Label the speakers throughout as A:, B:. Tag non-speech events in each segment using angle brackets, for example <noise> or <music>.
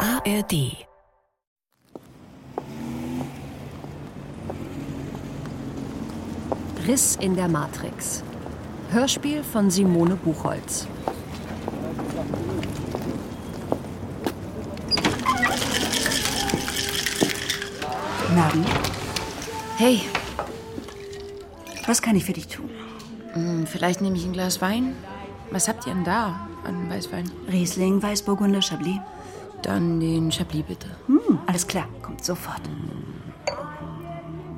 A: ARD.
B: Riss in der Matrix. Hörspiel von Simone Buchholz.
C: Nari,
A: Hey,
C: was kann ich für dich tun?
A: hm, vielleicht nehme ich ein Glas Wein? Was habt ihr denn da an Weißwein?
C: Riesling, Weißburgunder, Chablis.
A: Dann den Chablis bitte.
C: Hm, alles klar, kommt sofort.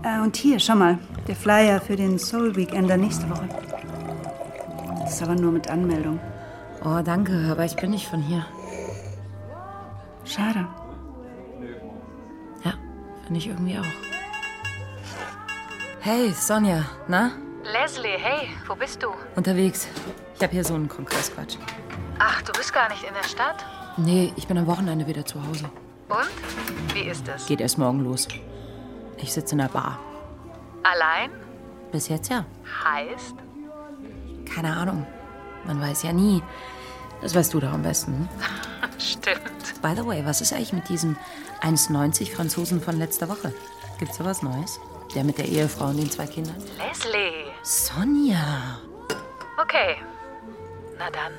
C: Äh, und hier, schau mal, der Flyer für den Soul Weekender nächste Woche. Das ist aber nur mit Anmeldung.
A: Oh, danke, aber ich bin nicht von hier.
C: Schade.
A: Ja, finde ich irgendwie auch. Hey, Sonja, na?
D: Leslie, hey, wo bist du?
A: Unterwegs. Ich habe hier so einen Kongressquatsch.
D: Ach, du bist gar nicht in der Stadt?
A: Nee, ich bin am Wochenende wieder zu Hause.
D: Und? Wie ist es?
A: Geht erst morgen los. Ich sitze in der Bar.
D: Allein?
A: Bis jetzt ja.
D: Heißt?
A: Keine Ahnung. Man weiß ja nie. Das weißt du doch am besten. <laughs> Hm?
D: Stimmt.
A: By the way, was ist eigentlich mit diesem 1,90 Franzosen von letzter Woche? Gibt's da was Neues? Der mit der Ehefrau und den zwei Kindern?
D: Leslie.
A: Sonja!
D: Okay. Na dann.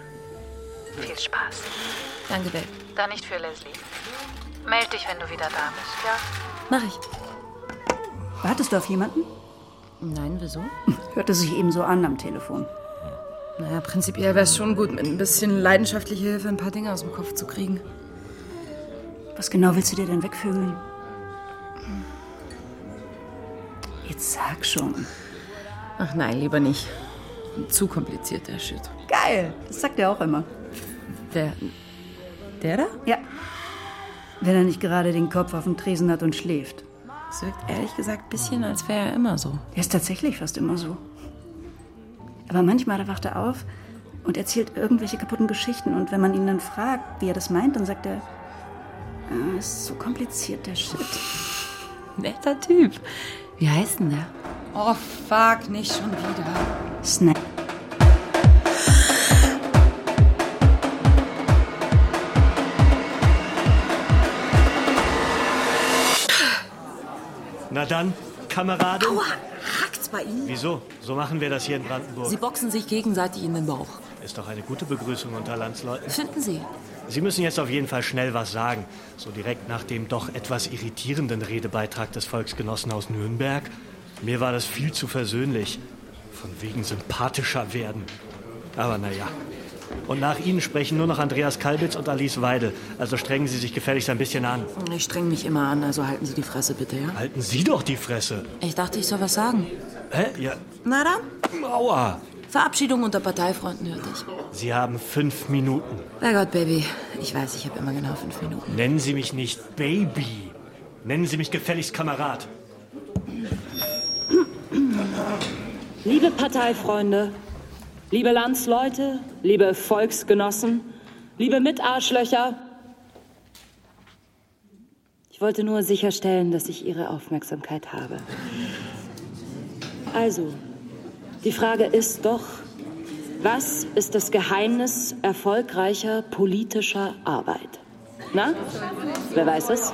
D: Viel Spaß.
A: Danke, Babe.
D: Dann nicht für Leslie. Meld dich, wenn du wieder da bist, ja?
A: Mach ich.
C: Wartest du auf jemanden?
A: Nein, wieso?
C: <laughs> Hörte sich eben so an am Telefon.
A: Naja, prinzipiell wäre es schon gut, mit ein bisschen leidenschaftlicher Hilfe ein paar Dinge aus dem Kopf zu kriegen.
C: Was genau willst du dir denn wegvögeln? Jetzt sag schon.
A: Ach nein, lieber nicht. Zu kompliziert, der Shit.
C: Geil, das sagt er auch immer.
A: Der. Der da?
C: Ja. Wenn er nicht gerade den Kopf auf dem Tresen hat und schläft.
A: Das wirkt ehrlich gesagt ein bisschen, als wäre er immer so.
C: Er ist tatsächlich fast immer so. Aber manchmal da wacht er auf und erzählt irgendwelche kaputten Geschichten. Und wenn man ihn dann fragt, wie er das meint, dann sagt er, "Ah, ist so kompliziert, der Shit.
A: Netter Typ. Wie heißt denn der? Oh, fuck, nicht schon wieder.
C: Snack.
E: Na dann, Kamerade.
A: Hackt's bei Ihnen?
E: Wieso? So machen wir das hier in Brandenburg.
A: Sie boxen sich gegenseitig in den Bauch.
E: Ist doch eine gute Begrüßung unter Landsleuten.
A: Finden Sie?
E: Sie müssen jetzt auf jeden Fall schnell was sagen. So direkt nach dem doch etwas irritierenden Redebeitrag des Volksgenossen aus Nürnberg. Mir war das viel zu versöhnlich. Von wegen sympathischer werden. Aber naja. Und nach Ihnen sprechen nur noch Andreas Kalbitz und Alice Weidel. Also strengen Sie sich gefälligst ein bisschen an.
A: Ich streng mich immer an, also halten Sie die Fresse bitte, ja?
E: Halten Sie doch die Fresse.
A: Ich dachte, ich soll was sagen.
E: Hä? Ja.
A: Na dann,
E: Aua.
A: Verabschiedung unter Parteifreunden nötig.
E: Sie haben fünf Minuten.
A: Bei Gott, Baby, ich weiß, ich habe immer genau fünf Minuten.
E: Nennen Sie mich nicht Baby. Nennen Sie mich gefälligst Kamerad.
F: Liebe Parteifreunde, liebe Landsleute, liebe Volksgenossen, liebe Mitarschlöcher. Ich wollte nur sicherstellen, dass ich Ihre Aufmerksamkeit habe. Also, die Frage ist doch, was ist das Geheimnis erfolgreicher politischer Arbeit? Na, wer weiß es?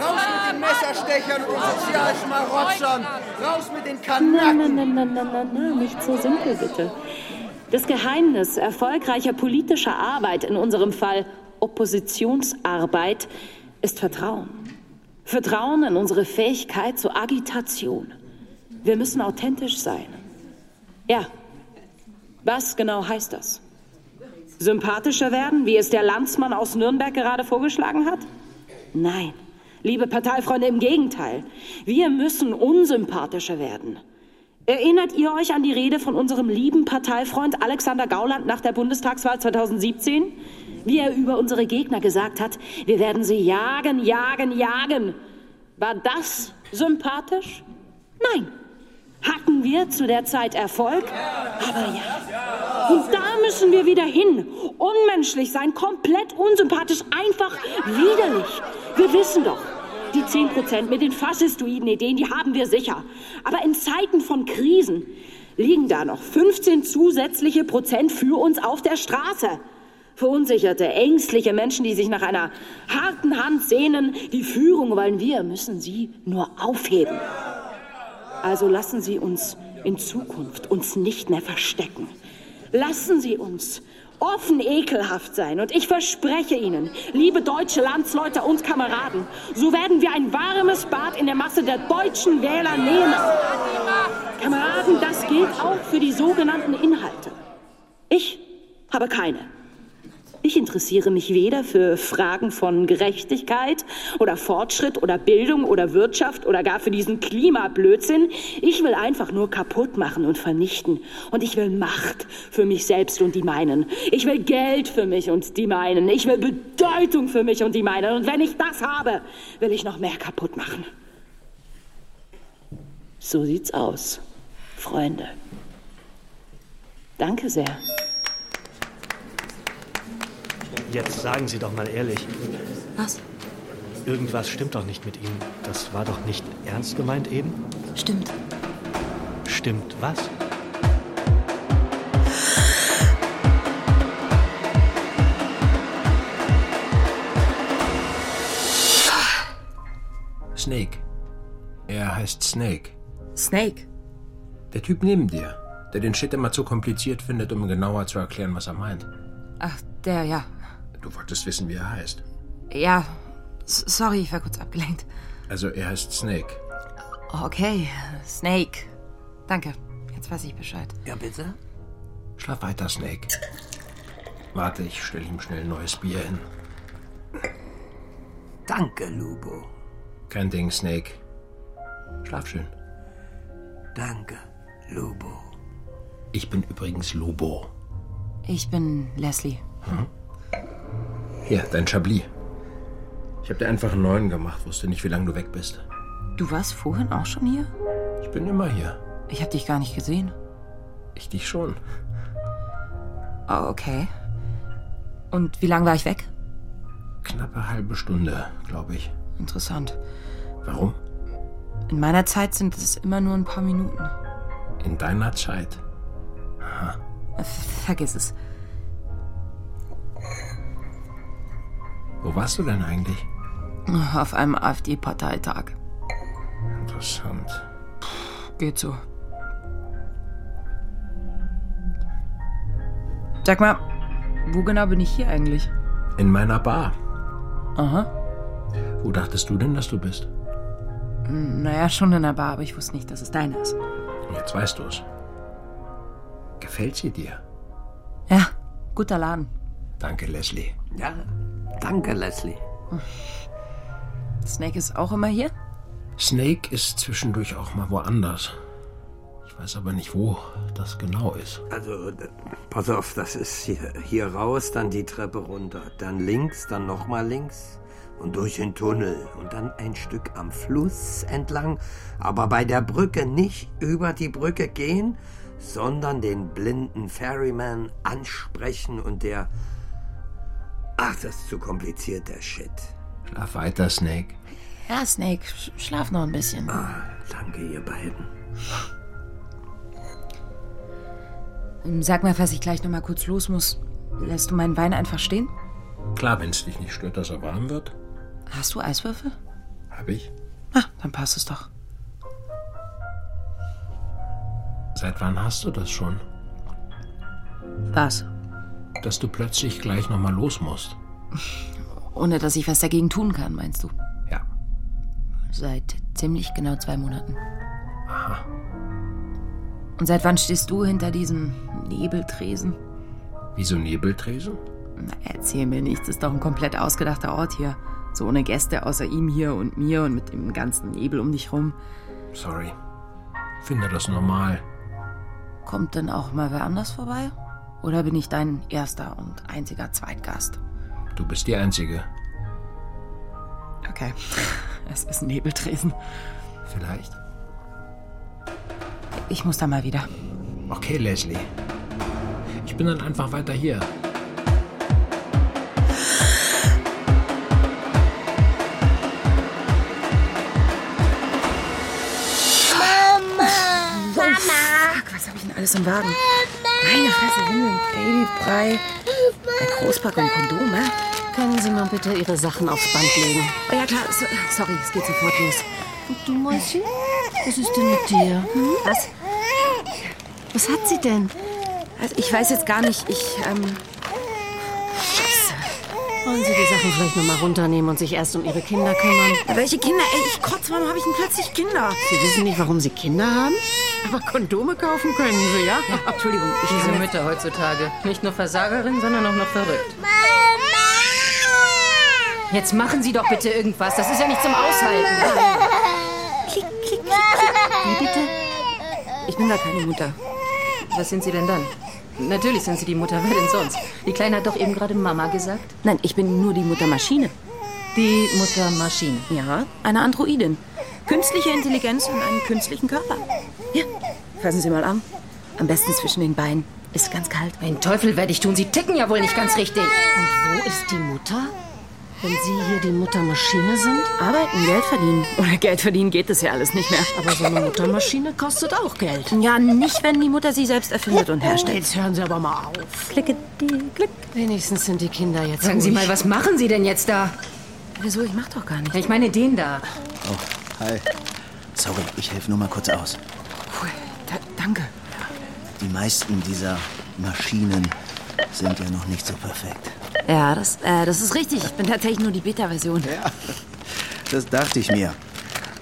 G: Raus mit den Messerstechern und Sozialschmarotzern! Raus mit den
F: Na,
G: Kanacken!
F: na, na, na, na, na, na, nicht so simpel, bitte. Das Geheimnis erfolgreicher politischer Arbeit, in unserem Fall Oppositionsarbeit, ist Vertrauen. Vertrauen in unsere Fähigkeit zur Agitation. Wir müssen authentisch sein. Ja, was genau heißt das? Sympathischer werden, wie es der Landsmann aus Nürnberg gerade vorgeschlagen hat? Nein, liebe Parteifreunde, im Gegenteil. Wir müssen unsympathischer werden. Erinnert ihr euch an die Rede von unserem lieben Parteifreund Alexander Gauland nach der Bundestagswahl 2017? Wie er über unsere Gegner gesagt hat, wir werden sie jagen, jagen, jagen. War das sympathisch? Nein. Hatten wir zu der Zeit Erfolg? Aber ja. Und da müssen wir wieder hin. Unmenschlich sein, komplett unsympathisch, einfach widerlich. Wir wissen doch, die 10% mit den faschistoiden Ideen, die haben wir sicher. Aber in Zeiten von Krisen liegen da noch 15 zusätzliche Prozent für uns auf der Straße.
H: Verunsicherte, ängstliche Menschen, die sich nach einer harten Hand sehnen, die Führung wollen wir, müssen sie nur aufheben. Also lassen Sie uns in Zukunft uns nicht mehr verstecken. Lassen Sie uns offen ekelhaft sein. Und ich verspreche Ihnen, liebe deutsche Landsleute und Kameraden, so werden wir ein warmes Bad in der Masse der deutschen Wähler nehmen. Kameraden, das gilt auch für die sogenannten Inhalte. Ich habe keine. Ich interessiere mich weder für Fragen von Gerechtigkeit oder Fortschritt oder Bildung oder Wirtschaft oder gar für diesen Klimablödsinn. Ich will einfach nur kaputt machen und vernichten. Und ich will Macht für mich selbst und die meinen. Ich will Geld für mich und die meinen. Ich will Bedeutung für mich und die meinen. Und wenn ich das habe, will ich noch mehr kaputt machen. So sieht's aus, Freunde. Danke sehr.
E: Jetzt sagen Sie doch mal ehrlich,
F: Was?
E: irgendwas stimmt doch nicht mit Ihnen. Das war doch nicht ernst gemeint eben?
F: Stimmt.
E: Stimmt was?
I: Snake. Er heißt Snake.
F: Snake.
I: Der Typ neben dir, der den Shit immer zu kompliziert findet, um genauer zu erklären, was er meint.
F: Ach, der, ja.
I: Du wolltest wissen, wie er heißt.
F: Ja. S sorry, ich war kurz abgelenkt. Oh,
I: Also er heißt Snake.
F: Okay, Snake. Danke. Jetzt weiß ich Bescheid.
I: Ja, bitte? Schlaf weiter, Snake. Warte, ich stelle ihm schnell ein neues Bier hin.
J: Danke, Lubo.
I: Kein Ding, Snake. Schlaf schön.
J: Danke, Lubo.
I: Ich bin übrigens Lobo.
F: Ich bin Leslie.
I: Hier, dein Chablis. Ich habe dir einfach einen neuen gemacht, wusste nicht, wie lange du weg bist.
F: Du warst vorhin auch schon hier?
I: Ich bin immer hier.
F: Ich habe dich gar nicht gesehen.
I: Ich dich schon.
F: Oh, okay. Und wie lange war ich weg?
I: Knappe halbe Stunde, glaube ich.
F: Interessant.
I: Warum?
F: In meiner Zeit sind es immer nur ein paar Minuten.
I: In deiner Zeit.
F: Äh, Vergiss es.
I: Wo warst du denn eigentlich?
F: Auf einem AfD-Parteitag.
I: Interessant.
F: Geht so. Sag mal, wo genau bin ich hier eigentlich?
I: In meiner Bar.
F: Aha.
I: Wo dachtest du denn, dass du bist?
F: Hm, Naja, schon in der Bar, aber ich wusste nicht, dass es deine ist.
I: Jetzt weißt du es. Gefällt sie dir?
F: Ja, guter Laden.
I: Danke, Leslie.
J: Ja, danke, Leslie.
F: Snake ist auch immer hier?
I: Snake ist zwischendurch auch mal woanders. Ich weiß aber nicht, wo das genau ist.
J: Also, d- pass auf, das ist hier, hier raus, dann die Treppe runter, dann links, dann nochmal links und durch den Tunnel und dann ein Stück am Fluss entlang, aber bei der Brücke nicht über die Brücke gehen, sondern den blinden Ferryman ansprechen und der... Ach, das ist zu kompliziert, der Shit.
I: Schlaf weiter, Snake.
F: Ja, Snake, sch schlaf noch ein bisschen.
J: Danke, ihr beiden.
F: Ähm, Sag mal, falls ich gleich noch mal kurz los muss, lässt du meinen Wein einfach stehen?
I: Klar, wenn es dich nicht stört, dass er warm wird.
F: Hast du Eiswürfel?
I: Hab ich.
F: Ah, dann passt es doch.
I: Seit wann hast du das schon?
F: Was?
I: Dass du plötzlich gleich nochmal los musst?
F: Ohne, dass ich was dagegen tun kann, meinst du?
I: Ja.
F: Seit ziemlich genau zwei Monaten. Aha. Und seit wann stehst du hinter diesem Nebeltresen?
I: Wieso Nebeltresen?
F: Na, erzähl mir nichts, ist doch ein komplett ausgedachter Ort hier. So ohne Gäste außer ihm hier und mir und mit dem ganzen Nebel um dich rum.
I: Sorry. Finde das normal.
F: Kommt denn auch mal wer anders vorbei? Oder bin ich dein erster und einziger Zweitgast?
I: Du bist die Einzige.
F: Okay, <laughs> es ist ein Nebeltresen.
I: Vielleicht.
F: Ich muss da mal wieder.
I: Okay, Leslie. Ich bin dann einfach weiter hier.
F: Was habe ich denn alles im Wagen? Meine Fresse, Windeln, Babybrei,
B: Eine Großpackung Kondome? Können Sie mal bitte Ihre Sachen aufs Band legen?
K: Oh ja, klar. So,
B: Sorry, es geht sofort los. Und du, Mäuschen? Was ist denn mit dir? Was? Was hat sie denn?
K: also ich weiß jetzt gar nicht. Ich, ähm,
B: Wollen Sie die Sachen vielleicht nochmal runternehmen und sich erst um Ihre Kinder kümmern?
K: welche Kinder? Ey, ich kotze, warum habe ich denn plötzlich Kinder?
B: Sie wissen nicht, warum Sie Kinder haben? Aber Kondome kaufen können Sie, ja?
K: Entschuldigung, ich
L: Diese Mütter heutzutage. Nicht nur Versagerin, sondern auch noch verrückt. Jetzt machen Sie doch bitte irgendwas. Das ist ja nicht zum Aushalten.
K: Ich bin gar keine Mutter.
L: Was sind Sie denn dann? Natürlich sind Sie die Mutter. Wer denn sonst? Die Kleine hat doch eben gerade Mama gesagt.
B: Nein, ich bin nur die Muttermaschine.
L: Die Muttermaschine.
B: Ja, eine Androidin. Künstliche Intelligenz und einen künstlichen Körper. Ja, fassen Sie mal an. Am besten zwischen den Beinen. Ist ganz kalt.
L: Den Teufel werde ich tun. Sie ticken ja wohl nicht ganz richtig.
B: Und wo ist die Mutter? Wenn Sie hier die Muttermaschine sind? Arbeiten, Geld verdienen. Ohne Geld verdienen geht das ja alles nicht mehr. Aber so eine Muttermaschine kostet auch Geld.
F: Ja, nicht, wenn die Mutter sie selbst erfindet und herstellt.
B: Jetzt hören Sie aber mal auf. Wenigstens sind die Kinder jetzt
L: Sagen Sie
B: ruhig.
L: mal, was machen Sie denn jetzt da?
F: Wieso? Ich mach doch gar nichts.
L: Ich meine den da.
M: Oh, hi. Sorry, ich helfe nur mal kurz aus.
F: Cool. Da, danke.
M: Die meisten dieser Maschinen sind ja noch nicht so perfekt.
F: Ja, das, äh, das ist richtig. Ich bin tatsächlich nur die Beta-Version.
M: Das dachte ich mir.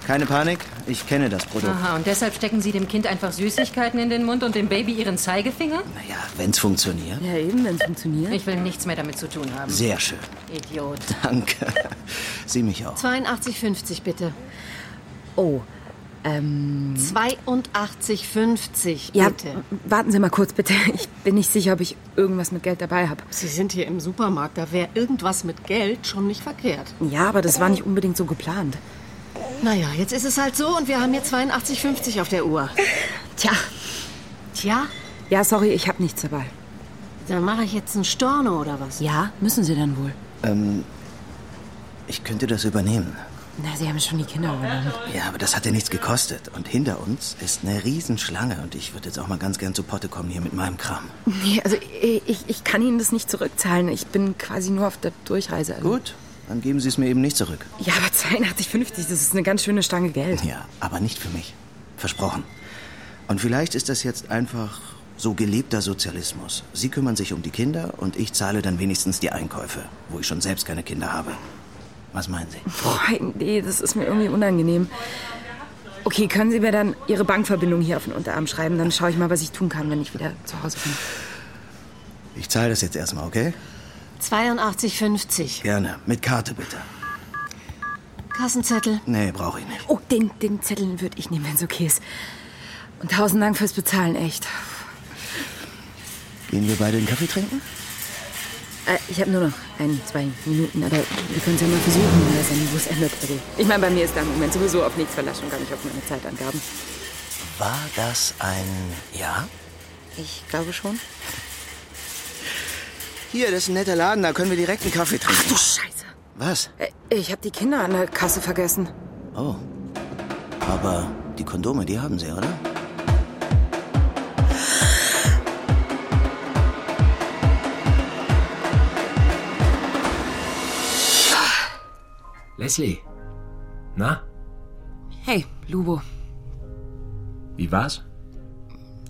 M: Keine Panik, ich kenne das Produkt.
L: Aha, und deshalb stecken Sie dem Kind einfach Süßigkeiten in den Mund und dem Baby Ihren Zeigefinger?
M: Naja, wenn's funktioniert.
F: Ja, eben, wenn es funktioniert.
L: Ich will nichts mehr damit zu tun haben.
M: Sehr schön.
L: Idiot.
M: Danke. Sieh mich auch.
B: 82,50 bitte.
F: Oh. Ähm,
B: 82,50
F: ja,
B: bitte.
F: w- warten Sie mal kurz bitte. Ich bin nicht sicher, ob ich irgendwas mit Geld dabei habe.
B: Sie sind hier im Supermarkt, da wäre irgendwas mit Geld schon nicht verkehrt.
F: Ja, aber das war nicht unbedingt so geplant.
B: Naja, jetzt ist es halt so und wir haben hier 82,50 auf der Uhr.
F: Tja,
B: Tja,
F: ja, sorry, ich habe nichts dabei.
B: dann mache ich jetzt einen Storno oder was?
F: Ja, müssen Sie dann wohl.
M: Ähm, ich könnte das übernehmen.
F: Na, Sie haben schon die Kinder übernommen.
M: Ja, aber das hat ja nichts gekostet. Und hinter uns ist eine Riesenschlange. Und ich würde jetzt auch mal ganz gern zu Potte kommen hier mit meinem Kram.
F: Nee, also ich, ich- ich kann Ihnen das nicht zurückzahlen. Ich bin quasi nur auf der Durchreise. Also,
M: Gut, dann geben Sie es mir eben nicht zurück.
F: Ja, aber 82,50, das ist eine ganz schöne Stange Geld.
M: Ja, aber nicht für mich. Versprochen. Und vielleicht ist das jetzt einfach so gelebter Sozialismus. Sie kümmern sich um die Kinder und ich zahle dann wenigstens die Einkäufe, wo ich schon selbst keine Kinder habe. Was meinen Sie?
F: Boah, nee, das ist mir irgendwie unangenehm. Okay, können Sie mir dann Ihre Bankverbindung hier auf den Unterarm schreiben? Dann schaue ich mal, was ich tun kann, wenn ich wieder zu Hause bin.
M: Ich zahle das jetzt erstmal, okay?
B: 82,50.
M: Gerne. Mit Karte bitte.
B: Kassenzettel.
M: Nee, brauche ich nicht.
F: Oh, den, den Zettel würde ich nehmen, wenn es okay ist. Und tausend Dank fürs Bezahlen, echt.
M: Gehen wir beide einen Kaffee trinken?
F: Äh, ich habe nur noch ein, zwei Minuten, aber wir können es ja mal versuchen, wenn das an Bus endet. Also, ich meine, bei mir ist da im Moment sowieso auf nichts verlassen und gar nicht auf meine Zeitangaben.
M: War das ein Ja?
F: Ich glaube schon.
M: Hier, das ist ein netter Laden, da können wir direkt einen Kaffee trinken.
F: Du Scheiße.
M: Was?
F: Äh, ich habe die Kinder an der Kasse vergessen.
M: Oh. Aber die Kondome, die haben Sie, oder?
I: Leslie. Na,
F: Hey, Lubo.
I: wie war's?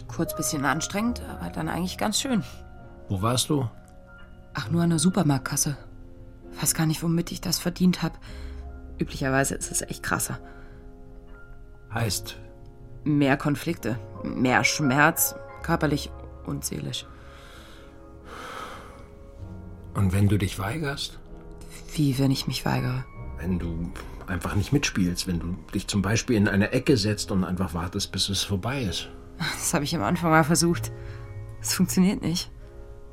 F: Kurz bisschen anstrengend, aber dann eigentlich ganz schön.
I: Wo warst du?
F: Ach, nur an der Supermarktkasse. Weiß gar nicht, womit ich das verdient habe. Üblicherweise ist es echt krasser.
I: Heißt,
F: Mehr Konflikte, mehr Schmerz, körperlich und seelisch.
I: und wenn du dich weigerst?
F: Wie wenn ich mich weigere.
I: Wenn du einfach nicht mitspielst, wenn du dich zum Beispiel in eine Ecke setzt und einfach wartest, bis es vorbei ist.
F: Das habe ich am Anfang mal versucht. Es funktioniert nicht.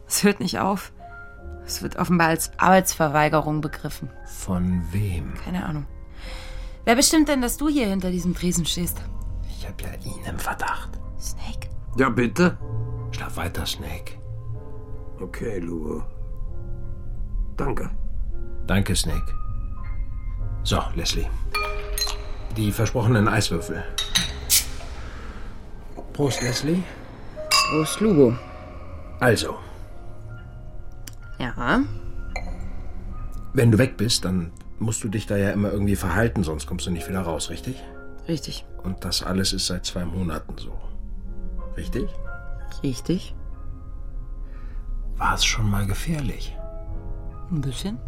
F: Es hört nicht auf. Es wird offenbar als Arbeitsverweigerung begriffen.
I: Von wem?
F: Keine Ahnung. Wer bestimmt denn, dass du hier hinter diesem Tresen stehst?
I: Ich hab ja ihn im Verdacht.
F: Snake?
J: Ja, bitte?
I: Schlaf weiter, Snake.
J: Okay, Luo. Danke.
I: Danke, Snake. So, Leslie. Die versprochenen Eiswürfel. Prost, Leslie.
F: Prost, Lugo.
I: Also,
F: Ja.
I: Wenn du weg bist, dann musst du dich da ja immer irgendwie verhalten, sonst kommst du nicht wieder raus, richtig?
F: Richtig.
I: Und das alles ist seit zwei Monaten so. Richtig?
F: Richtig.
I: War es schon mal gefährlich?
F: Ein bisschen.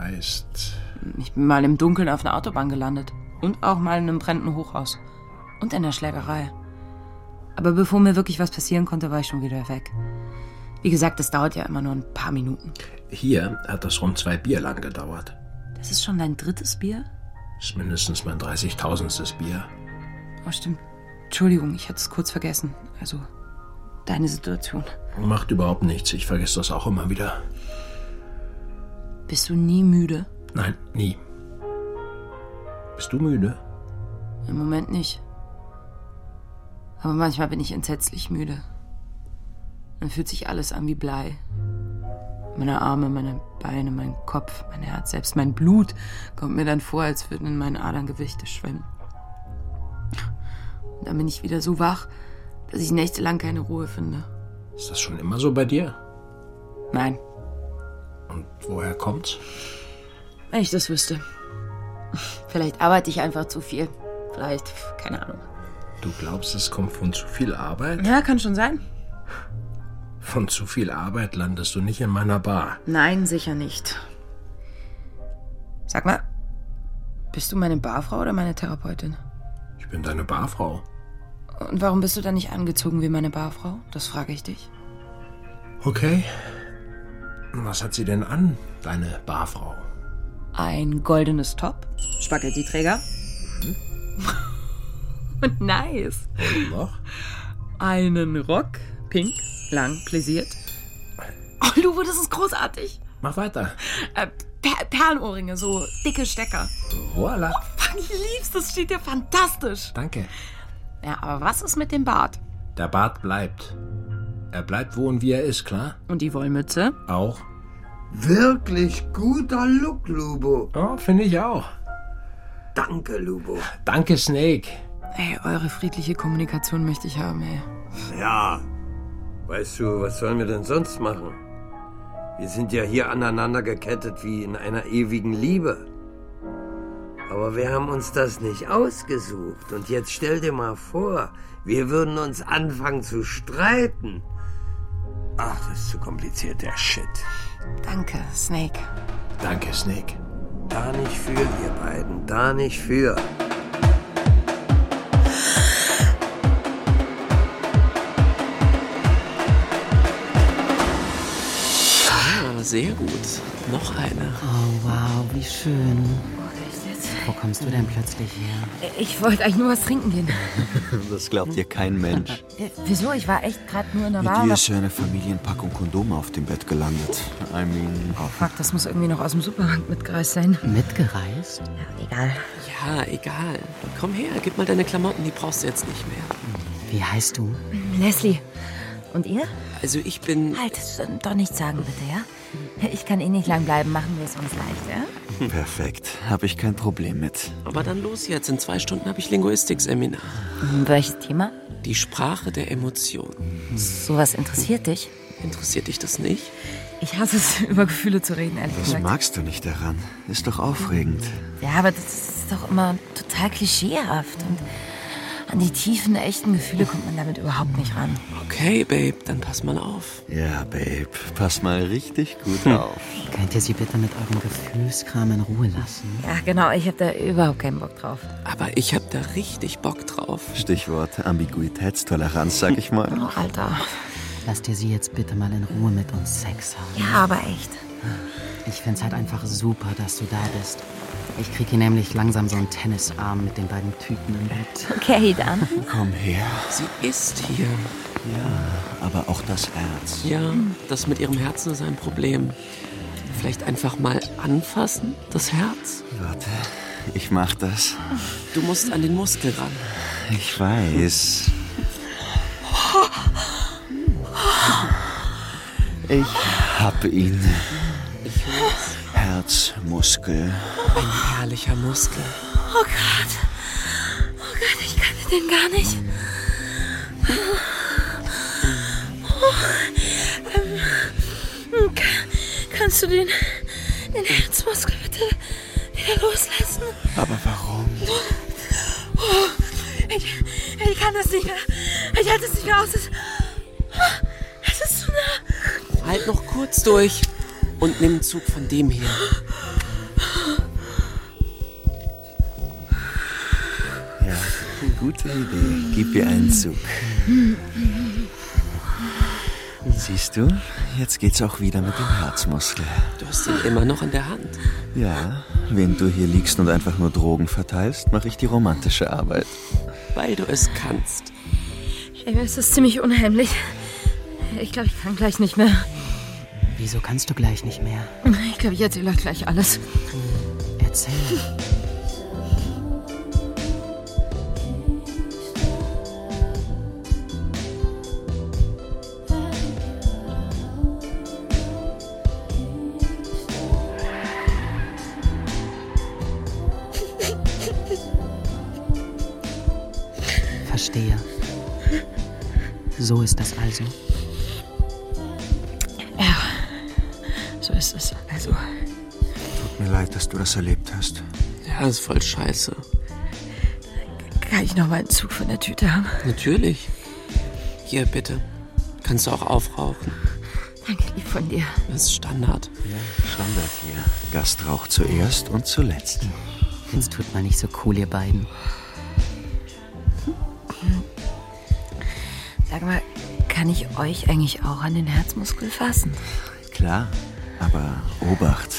I: Heißt.
F: Ich bin mal im Dunkeln auf einer Autobahn gelandet. Und auch mal in einem brennenden Hochhaus. Und in der Schlägerei. Aber bevor mir wirklich was passieren konnte, war ich schon wieder weg. Wie gesagt, das dauert ja immer nur ein paar Minuten.
I: Hier hat das rund zwei Bier lang gedauert.
F: Das ist schon dein drittes Bier?
I: Ist mindestens mein 30.000. Bier.
F: Oh, stimmt. Entschuldigung, ich hatte es kurz vergessen. Also, deine Situation.
I: Macht überhaupt nichts. Ich vergesse das auch immer wieder.
F: Bist du nie müde?
I: Nein, nie. Bist du müde?
F: Im Moment nicht. Aber manchmal bin ich entsetzlich müde. Dann fühlt sich alles an wie Blei. Meine Arme, meine Beine, mein Kopf, mein Herz, selbst mein Blut kommt mir dann vor, als würden in meinen Adern Gewichte schwimmen. Und dann bin ich wieder so wach, dass ich nächtelang keine Ruhe finde.
I: Ist das schon immer so bei dir?
F: Nein,
I: Und woher kommt's?
F: wenn ich das wüsste. Vielleicht arbeite ich einfach zu viel. Vielleicht, keine Ahnung.
I: Du glaubst, es kommt von zu viel Arbeit?
F: Ja, kann schon sein.
I: Von zu viel Arbeit landest du nicht in meiner Bar.
F: Nein, sicher nicht. Sag mal, bist du meine Barfrau oder meine Therapeutin?
I: Ich bin deine Barfrau.
F: Und warum bist du dann nicht angezogen wie meine Barfrau? Das frage ich dich.
I: Okay. Was hat sie denn an, deine Barfrau?
F: Ein goldenes Top, Spaghetti-Träger. Und Hm? <laughs> nice.
I: Und noch?
F: Einen Rock, pink, lang, plisiert. Oh, Luwe, das ist großartig.
I: Mach weiter.
F: Äh, per Perlenohrringe, so dicke Stecker.
I: Voila.
F: Fuck, ich lieb's, das steht dir fantastisch.
I: Danke.
F: Ja, aber was ist mit dem Bart?
I: Der Bart bleibt. Er bleibt wo und wie er ist, klar?
F: Und die Wollmütze?
I: Auch.
J: Wirklich guter Look, Lubo.
I: Ja, finde ich auch.
J: Danke, Lubo.
I: Danke, Snake.
F: Ey, eure friedliche Kommunikation möchte ich haben, ey.
J: Ja. Weißt du, was sollen wir denn sonst machen? Wir sind ja hier aneinander gekettet wie in einer ewigen Liebe. Aber wir haben uns das nicht ausgesucht. Und jetzt stell dir mal vor, wir würden uns anfangen zu streiten. Ach, das ist zu kompliziert, der Shit.
F: Danke, Snake.
I: Danke, Snake.
J: Da nicht für, ihr beiden. Da nicht für.
N: Ah, sehr gut. Noch eine.
O: Oh, wow, wie schön. Wo kommst du denn plötzlich her?
F: Äh, Ich wollte eigentlich nur was trinken gehen.
N: <laughs> Das glaubt dir kein
F: <laughs>
N: Mensch.
F: Äh, Wieso? Ich war echt gerade nur in der
N: Mit
F: Bar.
N: dir ist ja eine Familienpackung Kondome auf dem Bett gelandet. Oh. I mean.
F: Fuck, das muss irgendwie noch aus dem Supermarkt mitgereist sein.
O: Mitgereist?
F: Ja, egal.
N: Ja, egal. Komm her, gib mal deine Klamotten, die brauchst du jetzt nicht mehr.
O: Wie heißt du?
F: Leslie. Und ihr?
N: Also ich bin.
F: Halt, sch- doch nichts sagen, bitte, ja? Ich kann eh nicht lang bleiben, machen wir es uns leicht, ja?
N: Perfekt, habe ich kein Problem mit. Aber dann los jetzt, in zwei Stunden habe ich Linguistikseminar.
F: Hm, Welches Thema?
N: Die Sprache der Emotionen.
F: Sowas interessiert dich?
N: Interessiert dich das nicht?
F: Ich hasse es, <laughs> über Gefühle zu reden, ehrlich
N: Was
F: gesagt.
N: magst du nicht daran? Ist doch aufregend.
F: Ja, aber das ist doch immer total klischeehaft. Und an die tiefen, echten Gefühle kommt man damit überhaupt nicht ran.
N: Okay, Babe, dann pass mal auf. Hm. Ja, Babe, pass mal richtig gut auf.
O: Könnt ihr sie bitte mit eurem Gefühlskram in Ruhe lassen?
F: Ja, genau, ich habe da überhaupt keinen Bock drauf.
N: Aber ich hab da richtig Bock drauf. Stichwort Ambiguitätstoleranz, sag ich mal.
F: Oh, Alter.
O: Lasst ihr sie jetzt bitte mal in Ruhe mit uns Sex haben.
F: Ja, aber echt.
O: Ich find's halt einfach super, dass du da bist. Ich krieg hier nämlich langsam so einen Tennisarm mit den beiden Typen im Bett.
F: Okay, dann.
N: Komm her. Sie ist hier. Ja, aber auch das Herz. Ja, das mit ihrem Herzen ist ein Problem. Vielleicht einfach mal anfassen, das Herz? Warte, ich mach das. Du musst an den Muskel ran.
M: Ich weiß. Ich hab ihn.
N: Ich weiß.
M: Herzmuskel.
N: Ein herrlicher Muskel.
G: Oh Gott. Oh Gott, ich kannte den gar nicht. Oh, ähm, kann, kann Kannst du den, den Herzmuskel bitte wieder loslassen?
P: Aber warum?
G: Oh, ich, ich kann das nicht mehr. Ich halte es nicht mehr aus. Es, es ist zu nah.
N: Halt noch kurz durch und nimm einen Zug von dem hier.
P: Ja, gute Idee. Gib ihr einen Zug. Siehst du, jetzt geht's auch wieder mit dem Herzmuskel.
N: Du hast ihn immer noch in der Hand.
P: Ja, während du hier liegst und einfach nur Drogen verteilst, mache ich die romantische Arbeit.
N: Weil du es kannst.
G: Ey, Es ist ziemlich unheimlich. Ich glaube, ich kann gleich nicht mehr.
O: Wieso kannst du gleich nicht mehr?
G: Ich glaube, ich erzähle euch gleich alles.
O: Erzähl. Verstehe. So ist das also.
F: Ja, so ist es. Also,
P: Tut mir leid, dass du das erlebt hast.
N: Ja, ist voll scheiße.
F: kann ich noch mal einen Zug von der Tüte haben?
N: Natürlich. Hier, bitte. Kannst du auch aufrauchen.
F: Danke, lieb von dir.
N: Das ist Standard.
P: Standard hier. Gastrauch zuerst und zuletzt.
O: Jetzt tut mal nicht so cool, ihr beiden.
F: Sag mal, kann ich euch eigentlich auch an den Herzmuskel fassen?
P: Klar, aber Obacht.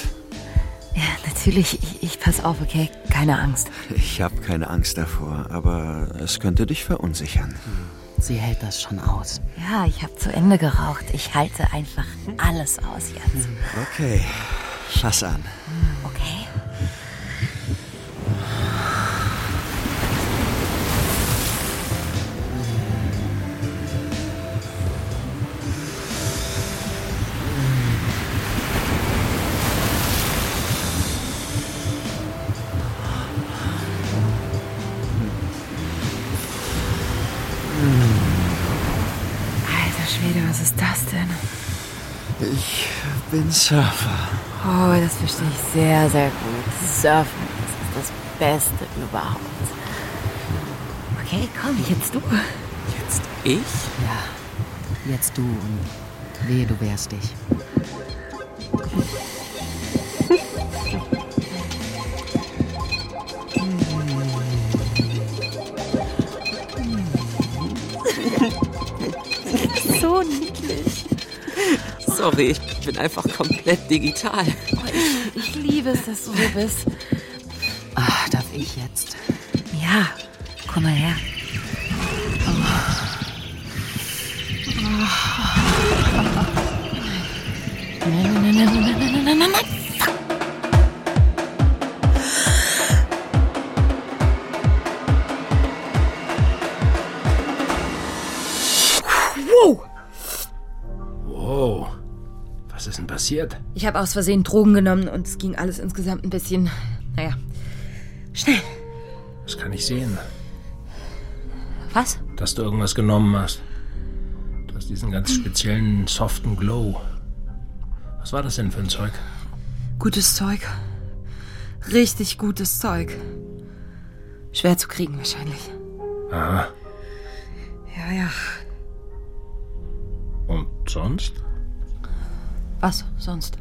F: Ja, natürlich. Ich, ich pass auf, okay? Keine Angst.
P: Ich habe keine Angst davor, aber es könnte dich verunsichern.
O: Sie hält das schon aus.
F: Ja, ich habe zu Ende geraucht. Ich halte einfach alles aus jetzt.
P: Okay, fass an.
F: Okay? Alter Schwede, was ist das denn?
P: Ich bin Surfer.
F: Oh, das verstehe ich sehr, sehr gut. Surfen, das ist das Beste überhaupt. Okay, komm, jetzt du.
N: Jetzt ich?
O: Jetzt du und wehe, du wehrst dich.
G: So niedlich.
N: Sorry, ich bin einfach komplett digital.
F: Ich liebe es, dass du so bist.
O: Ach, Ah, darf ich jetzt?
F: Ja, komm mal her.
G: Nein, nein, nein, nein, nein, nein, nein, nein, nein.
F: Wow!
I: Wow. Was ist denn passiert?
F: Ich habe aus Versehen Drogen genommen und es ging alles insgesamt ein bisschen. Naja. Schnell.
I: Das kann ich sehen,
F: Was?
I: dass du irgendwas genommen hast. Du hast diesen ganz speziellen soften Glow. Was war das denn für ein Zeug?
F: Gutes Zeug. Richtig gutes Zeug. Schwer zu kriegen wahrscheinlich.
I: Aha.
F: Ja, ja.
I: Und sonst?
F: Was sonst?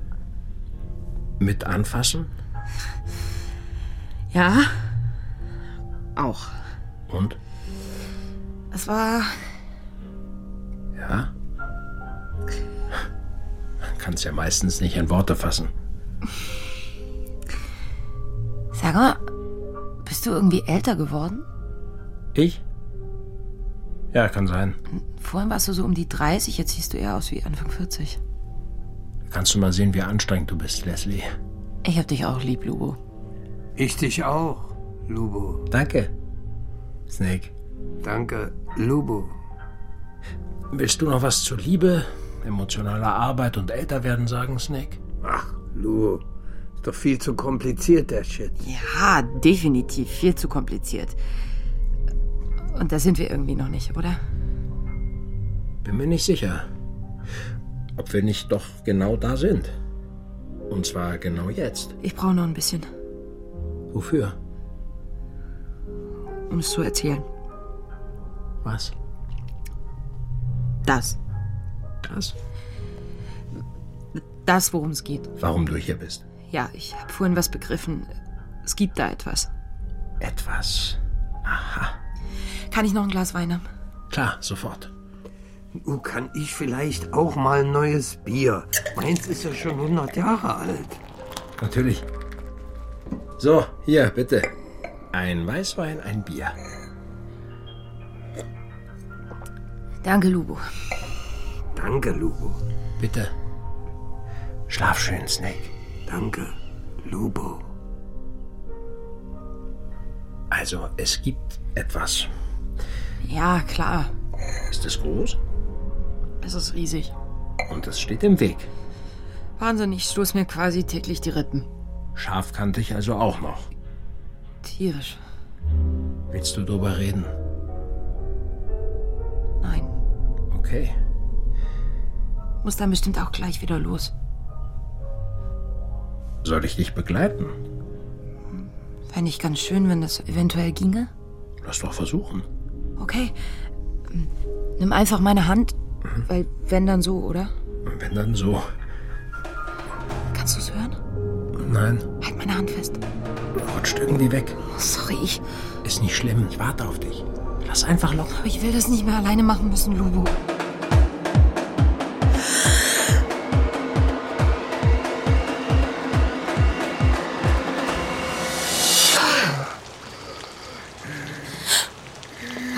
I: Mit anfassen?
F: Ja? Auch.
I: Und?
F: Es war.
I: Ja. Kannst ja meistens nicht in Worte fassen.
F: Sag mal, bist du irgendwie älter geworden?
I: Ich? Ja, kann sein.
F: Vorhin warst du so um die 30, jetzt siehst du eher aus wie Anfang 40.
I: Kannst du mal sehen, wie anstrengend du bist, Leslie.
F: Ich hab dich auch lieb, Lubo.
J: Ich dich auch, Lubo.
I: Danke. Snake.
J: Danke, Lubo.
I: Willst du noch was zur Liebe, emotionaler Arbeit und Älterwerden sagen, Snake?
J: Ach, Lubo. Ist doch viel zu kompliziert, der Shit.
F: Ja, definitiv. Viel zu kompliziert. Und da sind wir irgendwie noch nicht, oder?
I: Bin mir nicht sicher, ob wir nicht doch genau da sind. Und zwar genau jetzt.
F: Ich brauche noch ein bisschen,
I: Wofür?
F: um es zu erzählen.
I: Was?
F: Das.
I: Das?
F: Das, worum es geht.
I: Warum du hier bist?
F: Ja, ich habe vorhin was begriffen. Es gibt da etwas.
I: Etwas.
F: Kann ich noch ein Glas Wein haben?
I: Klar, sofort.
J: Uh, kann ich vielleicht auch mal ein neues Bier? Meins ist ja schon 100 Jahre alt.
I: Natürlich. So, hier, bitte. Ein Weißwein, ein Bier.
F: Danke, Lubo.
J: Danke, Lubo.
I: Bitte. Schlaf schön, Snake.
J: Danke, Lubo.
I: Also, es gibt etwas.
F: Ja, klar.
I: Ist es groß?
F: Es ist riesig.
I: Und es steht im Weg.
F: Wahnsinn, ich stoß mir quasi täglich die Rippen.
I: Scharfkantig also auch noch.
F: Tierisch.
I: Willst du drüber reden?
F: Nein.
I: Okay.
F: Muss dann bestimmt auch gleich wieder los.
I: Soll ich dich begleiten?
F: Fände ich ganz schön, wenn das eventuell ginge.
I: Lass doch versuchen.
F: Okay. Ähm, Nimm einfach meine Hand.
I: Mhm.
F: Weil, wenn dann so, oder?
I: Und wenn dann so.
F: Kannst du es hören?
I: Nein,
F: Halt meine Hand fest. Oh,
I: rutscht irgendwie weg.
F: Sorry, ich.
I: Ist nicht schlimm, ich warte auf dich. Lass einfach locker.
F: Aber ich will das nicht mehr alleine machen müssen, Lubo.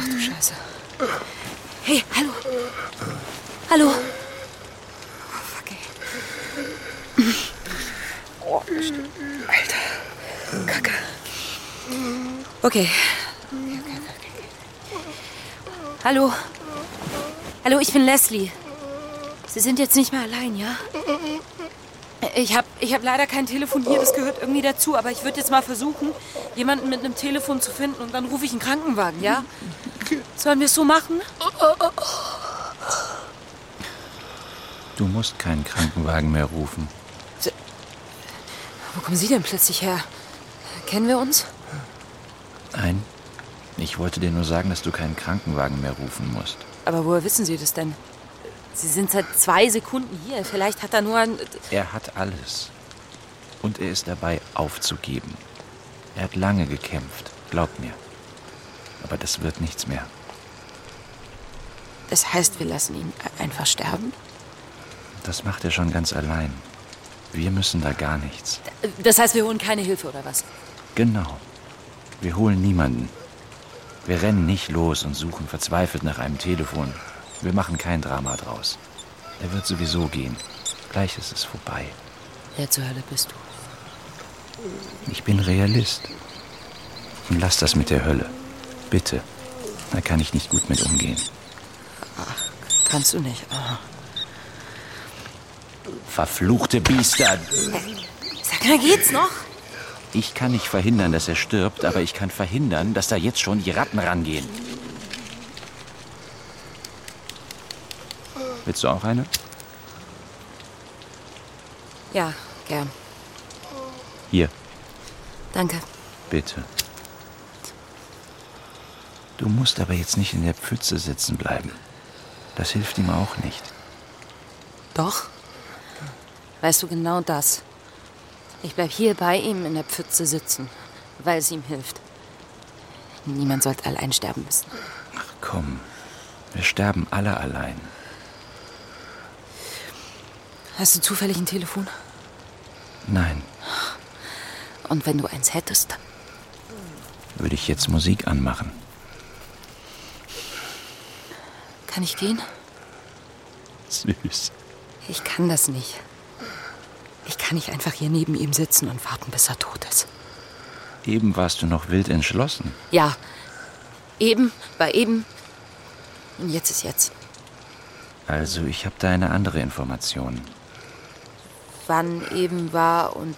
G: Ach du Scheiße. Hey, hallo. Hallo. Oh, fuck, ey. Oh, Alter. Kacke. Okay. Okay, okay, okay, okay. Hallo. Hallo, ich bin Leslie. Sie sind jetzt nicht mehr allein, ja? Ich habe ich hab leider kein Telefon hier, das gehört irgendwie dazu, aber ich würde jetzt mal versuchen, jemanden mit einem Telefon zu finden und dann rufe ich einen Krankenwagen, ja? Sollen wir es so machen?
Q: Du musst keinen Krankenwagen mehr rufen.
G: Wo kommen Sie denn plötzlich her? Kennen wir uns?
Q: Nein. Ich wollte dir nur sagen, dass du keinen Krankenwagen mehr rufen musst.
G: Aber woher wissen Sie das denn? Sie sind seit zwei Sekunden hier. Vielleicht hat er nur ein.
Q: Er hat alles. Und er ist dabei, aufzugeben. Er hat lange gekämpft, glaub mir. Aber das wird nichts mehr.
G: Das heißt, wir lassen ihn e- einfach sterben?
Q: Das macht er schon ganz allein. Wir müssen da gar nichts.
G: Das heißt, wir holen keine Hilfe oder was?
Q: Genau. Wir holen niemanden. Wir rennen nicht los und suchen verzweifelt nach einem Telefon. Wir machen kein Drama draus. Er wird sowieso gehen. Gleich ist es vorbei.
G: Wer zur Hölle bist du?
Q: Ich bin Realist. Und lass das mit der Hölle. Bitte. Da kann ich nicht gut mit umgehen.
G: Kannst du nicht. Ah.
Q: Verfluchte Biester!
G: Sag mal, geht's noch?
Q: Ich kann nicht verhindern, dass er stirbt, aber ich kann verhindern, dass da jetzt schon die Ratten rangehen. Willst du auch eine?
G: Ja, gern.
Q: Hier,
G: Danke.
Q: bitte. Du musst aber jetzt nicht in der Pfütze sitzen bleiben. Das hilft ihm auch nicht.
G: Doch? Weißt du genau das? Ich bleib hier bei ihm in der Pfütze sitzen, weil es ihm hilft. Niemand sollte allein sterben müssen.
Q: Komm, wir sterben alle allein.
G: Hast du zufällig ein Telefon?
Q: Nein,
G: Und wenn du eins hättest,
Q: würde ich jetzt Musik anmachen.
G: kann ich gehen?
Q: Süß.
G: Ich kann das nicht. Ich kann nicht einfach hier neben ihm sitzen und warten, bis er tot ist.
Q: Eben warst du noch wild entschlossen.
G: Ja, eben war eben. Und jetzt ist jetzt.
Q: Also, ich habe da eine andere Information.
G: Wann eben war und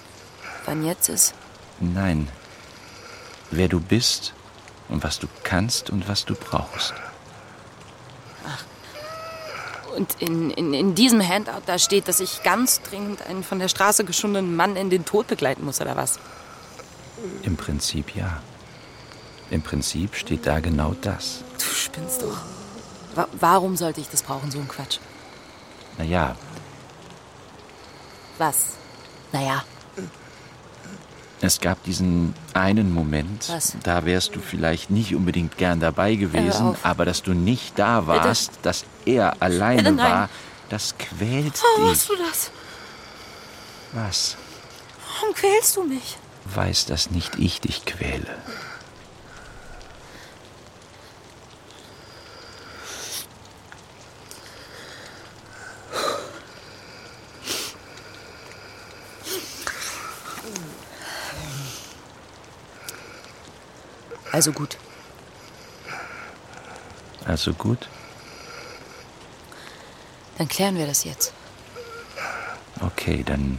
G: wann jetzt ist.
Q: Nein. Wer du bist und was du kannst und was du brauchst.
F: Und in, in, in diesem Handout da steht, dass ich ganz dringend einen von der Straße geschundenen Mann in den Tod begleiten muss, oder was?
Q: Im Prinzip ja. Im Prinzip steht da genau das.
F: Du spinnst doch. Wa warum sollte ich das brauchen, so ein Quatsch?
Q: Naja,
F: Was? Naja,
Q: es gab diesen einen Moment,
F: Was?
Q: da wärst du vielleicht nicht unbedingt gern dabei gewesen,
F: auf.
Q: aber dass du nicht da warst, dass er alleine
F: Bitte nein. Oh,
Q: war, das quält
F: warum
Q: dich.
F: machst du das?
Q: Was?
F: Warum quälst du mich?
Q: Weiß, dass nicht ich dich quäle.
F: Also gut.
Q: Also gut,
F: Dann klären wir das jetzt.
Q: okay, dann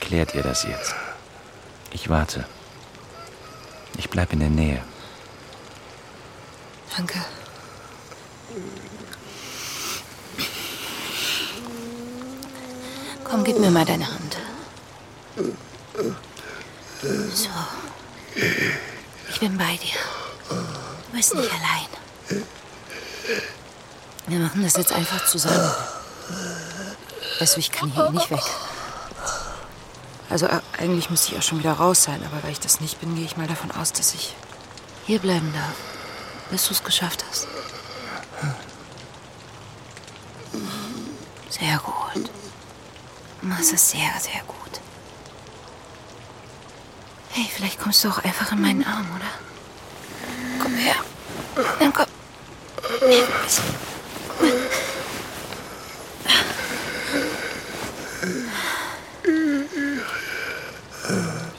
Q: klärt ihr das jetzt. Ich warte. Ich bleib in der Nähe.
F: Danke. Komm, gib mir mal deine Hand. So. Ich bin bei dir. Du bist nicht allein. Wir machen das jetzt einfach zusammen. Weißt du, ich kann hier eh nicht weg. Also äh, eigentlich müsste ich auch schon wieder raus sein, aber weil ich das nicht bin, gehe ich mal davon aus, dass ich hier bleiben darf, bis du es geschafft hast. Sehr gut. Das ist sehr, sehr gut. Hey, vielleicht kommst du auch einfach in meinen Arm, oder? Komm her. Dann komm. Hey, bisschen.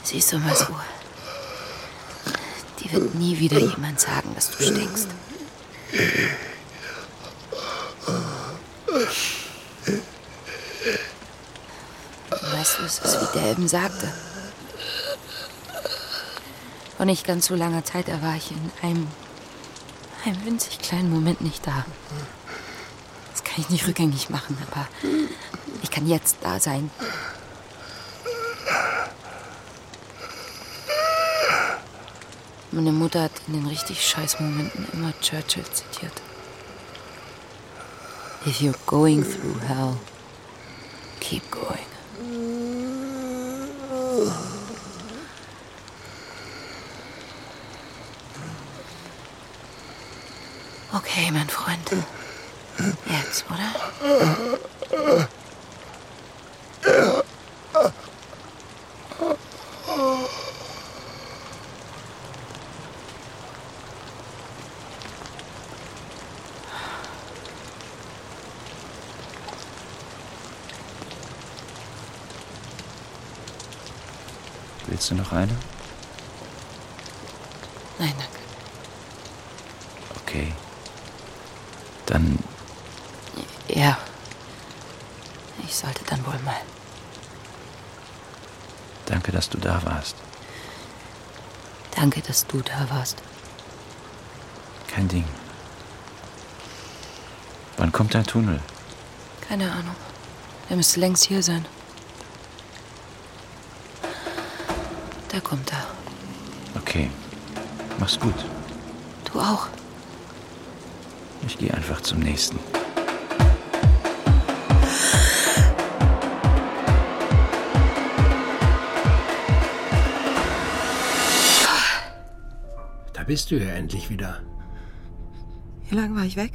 F: Siehst du, Masur, die wird nie wieder jemand sagen, dass du stinkst. Weißt du, es ist wie der eben sagte. Vor nicht ganz so langer Zeit, da war ich in einem, einem winzig kleinen Moment nicht da. Das kann ich nicht rückgängig machen, aber ich kann jetzt da sein. Meine Mutter hat in den richtig scheiß Momenten immer Churchill zitiert. If you're going through hell, keep going. Okay, mein Freund. Jetzt, oder?
Q: Willst du noch eine?
F: Nein, danke.
Q: Okay. Dann
F: Ja. Ich sollte dann wohl mal.
Q: danke, dass du da warst.
F: Danke, dass du da warst.
Q: Kein Ding. Wann kommt dein Tunnel?
F: Keine Ahnung. Er müsste längst hier sein. Da kommt er.
Q: Okay. Mach's gut.
F: Du auch.
Q: Ich gehe einfach zum nächsten.
I: Da bist du ja endlich wieder.
F: Wie lange war ich weg?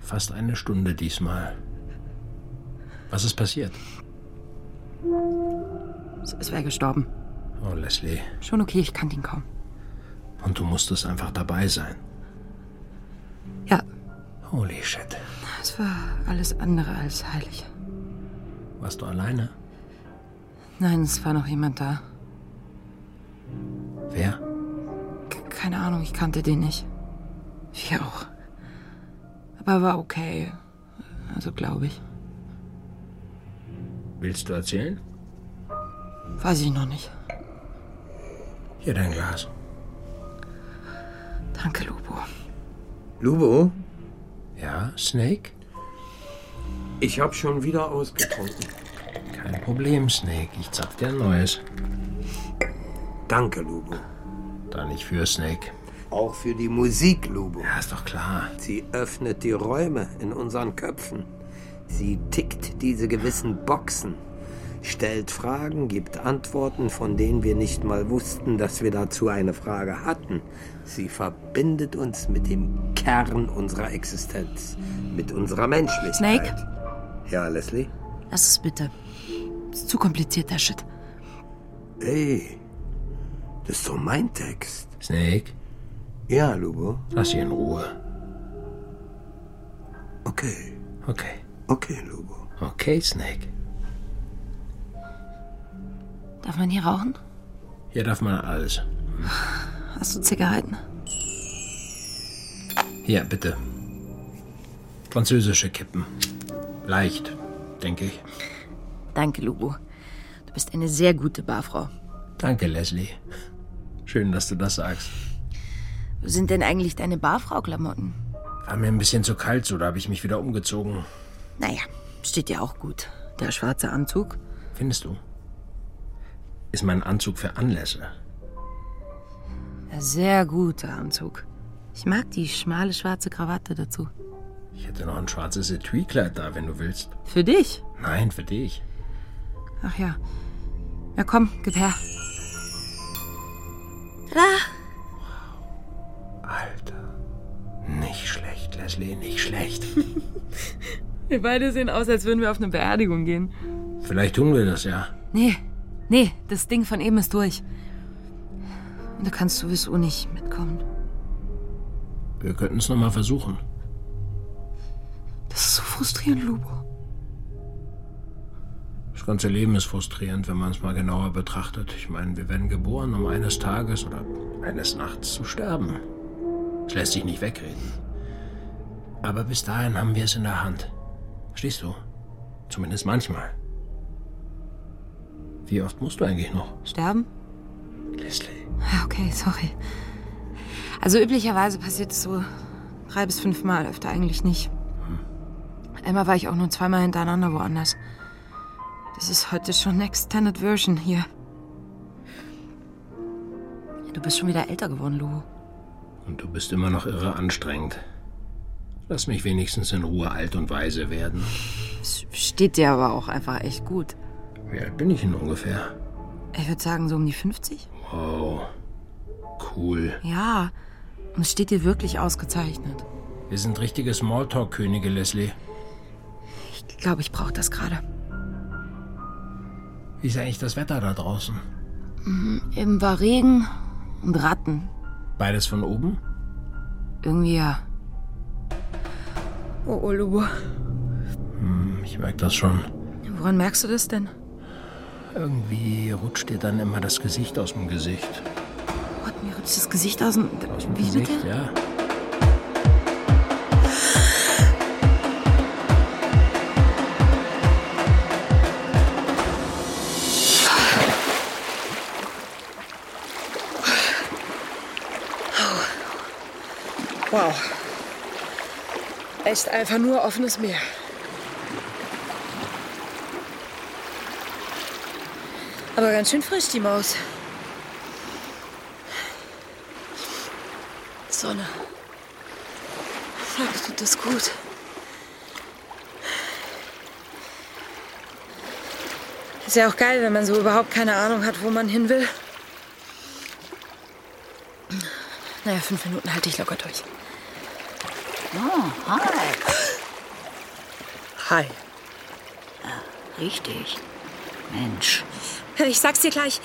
I: Fast eine Stunde diesmal. Was ist passiert?
F: Es, es wäre gestorben.
I: Oh, Leslie.
F: Schon okay, ich kannte ihn kaum.
I: Und du musstest einfach dabei sein.
F: Ja.
I: Holy shit.
F: Es war alles andere als heilig.
I: Warst du alleine?
F: Nein, es war noch jemand da.
I: Wer?
F: Ke- Keine Ahnung, ich kannte den nicht. Ich auch. Aber war okay. Also glaube ich.
I: Willst du erzählen?
F: Weiß ich noch nicht.
I: Hier dein Glas.
F: Danke, Lupo.
J: Lubo?
I: Ja, Snake?
J: Ich habe schon wieder ausgetrunken.
I: Kein Problem, Snake. Ich zapf dir ein neues.
J: Danke, Lubo.
I: Da nicht für, Snake.
J: Auch für die Musik, Lubo.
I: Ja, ist doch klar.
J: Sie öffnet die Räume in unseren Köpfen. Sie tickt diese gewissen Boxen, stellt Fragen, gibt Antworten, von denen wir nicht mal wussten, dass wir dazu eine Frage hatten. Sie verbindet uns mit dem Kern unserer Existenz, mit unserer Menschlichkeit.
F: Snake?
J: Ja, Leslie?
F: Lass es bitte. Ist zu kompliziert, der Shit.
J: Ey, das ist doch mein Text.
I: Snake?
J: Ja, Lubo?
I: Lass sie in Ruhe.
J: Okay,
I: Okay.
J: okay, Lubo.
I: Okay, Snake.
F: Darf man hier rauchen?
I: Hier darf man alles.
F: Hast du Zigaretten?
I: Hier, bitte. Französische Kippen. Leicht, denke ich.
F: Danke, Lubo. Du bist eine sehr gute Barfrau.
I: Danke, Leslie. Schön, dass du das sagst.
F: Wo sind denn eigentlich deine Barfrau-Klamotten?
I: War mir ein bisschen zu kalt, so da habe ich mich wieder umgezogen.
F: Naja, steht dir auch gut. Der schwarze Anzug?
I: Findest du? Ist mein Anzug für Anlässe.
F: Ein sehr guter Anzug. Ich mag die schmale schwarze Krawatte dazu.
I: Ich hätte noch ein schwarzes Etui-Kleid da, wenn du willst.
F: Für dich?
I: Nein, für dich.
F: Ach ja. Na komm, gib her.
G: Tada!
I: Alter. Nicht schlecht, Leslie, nicht schlecht.
F: Wir beide sehen aus, als würden wir auf eine Beerdigung gehen.
I: Vielleicht tun wir das ja.
F: Nee, nee, das Ding von eben ist durch. Und du kannst sowieso nicht mitkommen.
I: Wir könnten es nochmal versuchen.
F: Das ist so frustrierend, Lubo.
I: Das ganze Leben ist frustrierend, wenn man es mal genauer betrachtet. Ich meine, wir werden geboren, um eines Tages oder eines Nachts zu sterben. Es lässt sich nicht wegreden. Aber bis dahin haben wir es in der Hand. Verstehst du? Zumindest manchmal. Wie oft musst du eigentlich noch?
F: Sterben?
I: Leslie.
F: Ah, Okay, sorry. Also üblicherweise passiert es so drei bis fünf Mal, öfter eigentlich nicht. Einmal war ich auch nur zweimal hintereinander woanders. Das ist heute schon eine Extended Version hier. Du bist schon wieder älter geworden, Lu.
I: Und du bist immer noch irre anstrengend. Lass mich wenigstens in Ruhe alt und weise werden.
F: Es steht dir aber auch einfach echt gut.
I: Wie alt bin ich denn ungefähr?
F: Ich würde sagen, so um die 50?
I: Wow. Cool.
F: Ja. Und es steht dir wirklich ausgezeichnet.
I: Wir sind richtige Smalltalk-Könige, Leslie.
F: Ich glaube, ich brauche das gerade.
I: Wie ist eigentlich das Wetter da draußen?
F: Mhm, Eben war Regen und Ratten.
I: Beides von oben?
F: Irgendwie ja. Oh, oh, Lubo.
I: Hm, ich merke das schon.
F: Woran merkst du das denn?
I: Irgendwie rutscht dir dann immer das Gesicht aus dem Gesicht.
F: Gott, mir rutscht das Gesicht aus dem... Wie
I: Gesicht,
F: bitte?
I: ja.
F: Wow. Echt einfach nur offenes Meer. Aber ganz schön frisch, die Maus. Sonne. Fuck, tut das gut. Ist ja auch geil, wenn man so überhaupt keine Ahnung hat, wo man hin will. Naja, fünf Minuten halte ich locker durch. Ah,
C: Oh, hi.
F: Hi. Ah,
C: Richtig. Mensch.
F: Ich sag's dir gleich.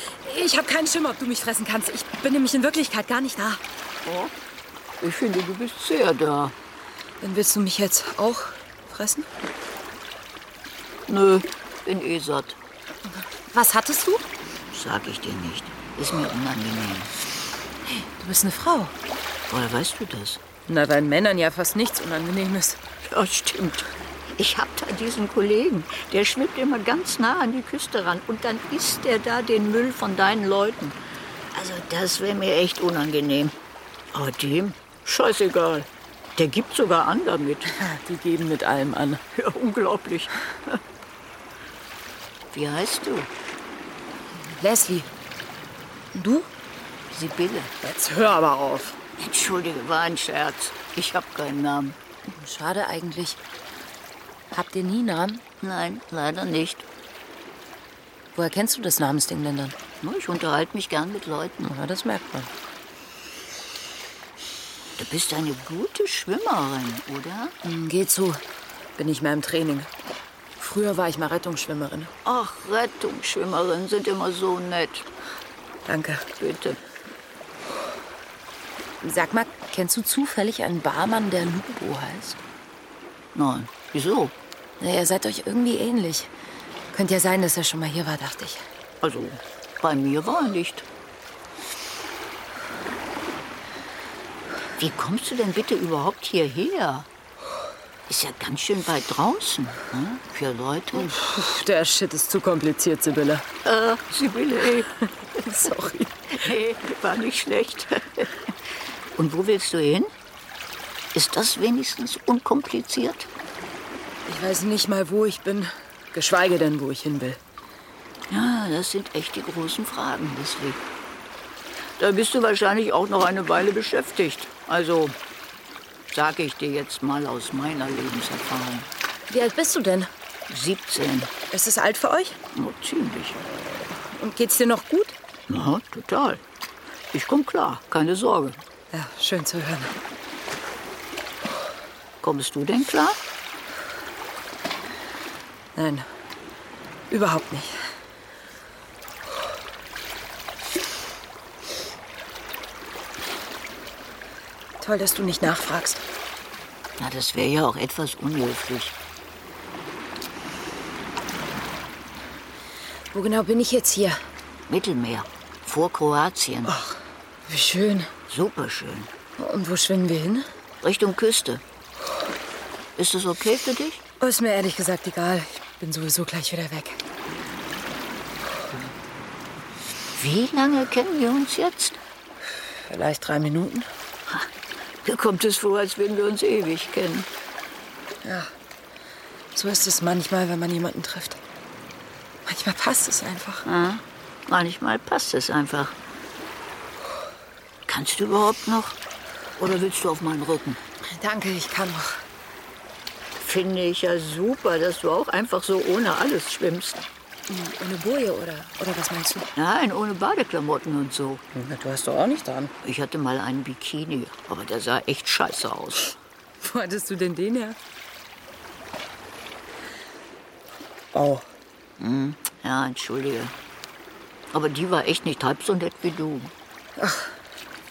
F: Ich habe keinen Schimmer, ob du mich fressen kannst. Ich bin nämlich in Wirklichkeit gar nicht da.
C: Oh, Ich finde, du bist sehr da.
F: Dann willst du mich jetzt auch fressen?
C: Nö, bin eh satt.
F: Was hattest du?
C: Sag ich dir nicht. Ist mir unangenehm.
F: Du bist eine Frau.
C: Woher weißt du das?
F: Na, bei Männern ja fast nichts Unangenehmes.
C: Ja, stimmt. Ich hab da diesen Kollegen, der schwimmt immer ganz nah an die Küste ran und dann isst er da den Müll von deinen Leuten. Also das wäre mir echt unangenehm. Aber dem? Scheißegal. Der gibt sogar an damit.
R: <laughs> Die geben mit allem an.
C: Ja, unglaublich. Wie heißt du?
G: Leslie. Du?
C: Sibylle.
R: Jetzt hör aber auf.
C: Entschuldige, war ein Scherz. Ich habe keinen Namen.
G: Schade eigentlich. Habt ihr nie Namen?
C: Nein, leider nicht.
G: Woher kennst du das Namensding denn dann?
C: Nur, Ich unterhalte mich gern mit Leuten.
G: Ja, das merkt man.
C: Du bist eine gute Schwimmerin, oder?
F: Hm, Geh zu. Bin ich mehr im Training. Früher war ich mal Rettungsschwimmerin.
C: Ach, Rettungsschwimmerinnen sind immer so nett.
F: Danke.
C: Bitte.
G: Sag mal, kennst du zufällig einen Barmann, der Lupo heißt?
C: Nein. Wieso?
G: Naja, ihr seid euch irgendwie ähnlich. Könnte ja sein, dass er schon mal hier war, dachte ich.
C: Also, bei mir war er nicht. Wie kommst du denn bitte überhaupt hierher? Ist ja ganz schön weit draußen, ne? für Leute.
R: Puh, Der Shit ist zu kompliziert, Sibylle.
C: Äh, Sibylle, ey. <laughs>
R: Sorry.
C: Hey, war nicht schlecht. <laughs> Und wo willst du hin? Ist das wenigstens unkompliziert?
R: Ich weiß nicht mal, wo ich bin. Geschweige denn, wo ich hin will.
C: Ja, das sind echt die großen Fragen, Leslie. Da bist du wahrscheinlich auch noch eine Weile beschäftigt. Also, sage ich dir jetzt mal aus meiner Lebenserfahrung.
F: Wie alt bist du denn?
C: 17.
F: Ist es alt für euch?
C: Nur Oh, ziemlich.
F: Und geht's dir noch gut?
C: Na, total. Ich komme klar, keine Sorge.
F: Ja, schön zu hören.
C: Kommst du denn klar?
F: Nein, überhaupt nicht. Toll, dass du nicht nachfragst.
C: Na, das wäre ja auch etwas unhöflich.
F: Wo genau bin ich jetzt hier?
C: Mittelmeer, vor Kroatien.
F: Ach, wie schön.
C: Super schön.
F: Und wo schwimmen wir hin?
C: Richtung Küste. Ist das okay für dich?
F: Oh, Ist mir ehrlich gesagt egal. Ich bin sowieso gleich wieder weg.
C: Wie lange kennen wir uns jetzt?
F: Vielleicht drei Minuten?
C: Mir kommt es vor, als würden wir uns ewig kennen.
F: Ja. So ist es manchmal, wenn man jemanden trifft. Manchmal passt es einfach.
C: Ja, ah. manchmal passt es einfach. Kannst du überhaupt noch? Oder willst du auf meinen Rücken?
F: Danke, ich kann noch.
C: Finde ich ja super, dass du auch einfach so ohne alles schwimmst.
F: Hm, Ohne Boje oder, oder was meinst du? Hm,
C: Nein, ohne Badeklamotten und so.
F: Du hast doch auch nicht dran.
C: Ich hatte mal einen Bikini, aber der sah echt scheiße aus.
F: Wo hattest du denn den her? Oh.
C: Hm, ja, entschuldige. Aber die war echt nicht halb so nett wie du.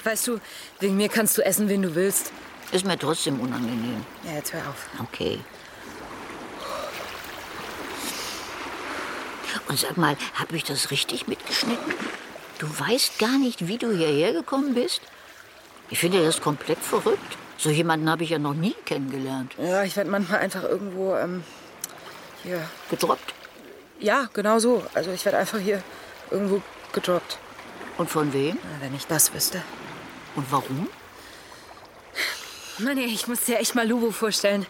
F: Weißt du, wegen mir kannst du essen, wen du willst.
C: Ist mir trotzdem unangenehm.
F: Ja, jetzt hör auf.
C: Okay. Und sag mal, habe ich das richtig mitgeschnitten? Du weißt gar nicht, wie du hierher gekommen bist? Ich finde das komplett verrückt. So jemanden habe ich ja noch nie kennengelernt.
F: Ja, ich werde manchmal einfach irgendwo, ähm, hier.
C: Gedroppt.
F: Ja, genau so. Also ich werde einfach hier irgendwo gedroppt.
C: Und von wem?
F: Na, Wenn ich das wüsste.
C: Und warum?
F: Mann, ey, ich muss dir echt mal Lubo vorstellen.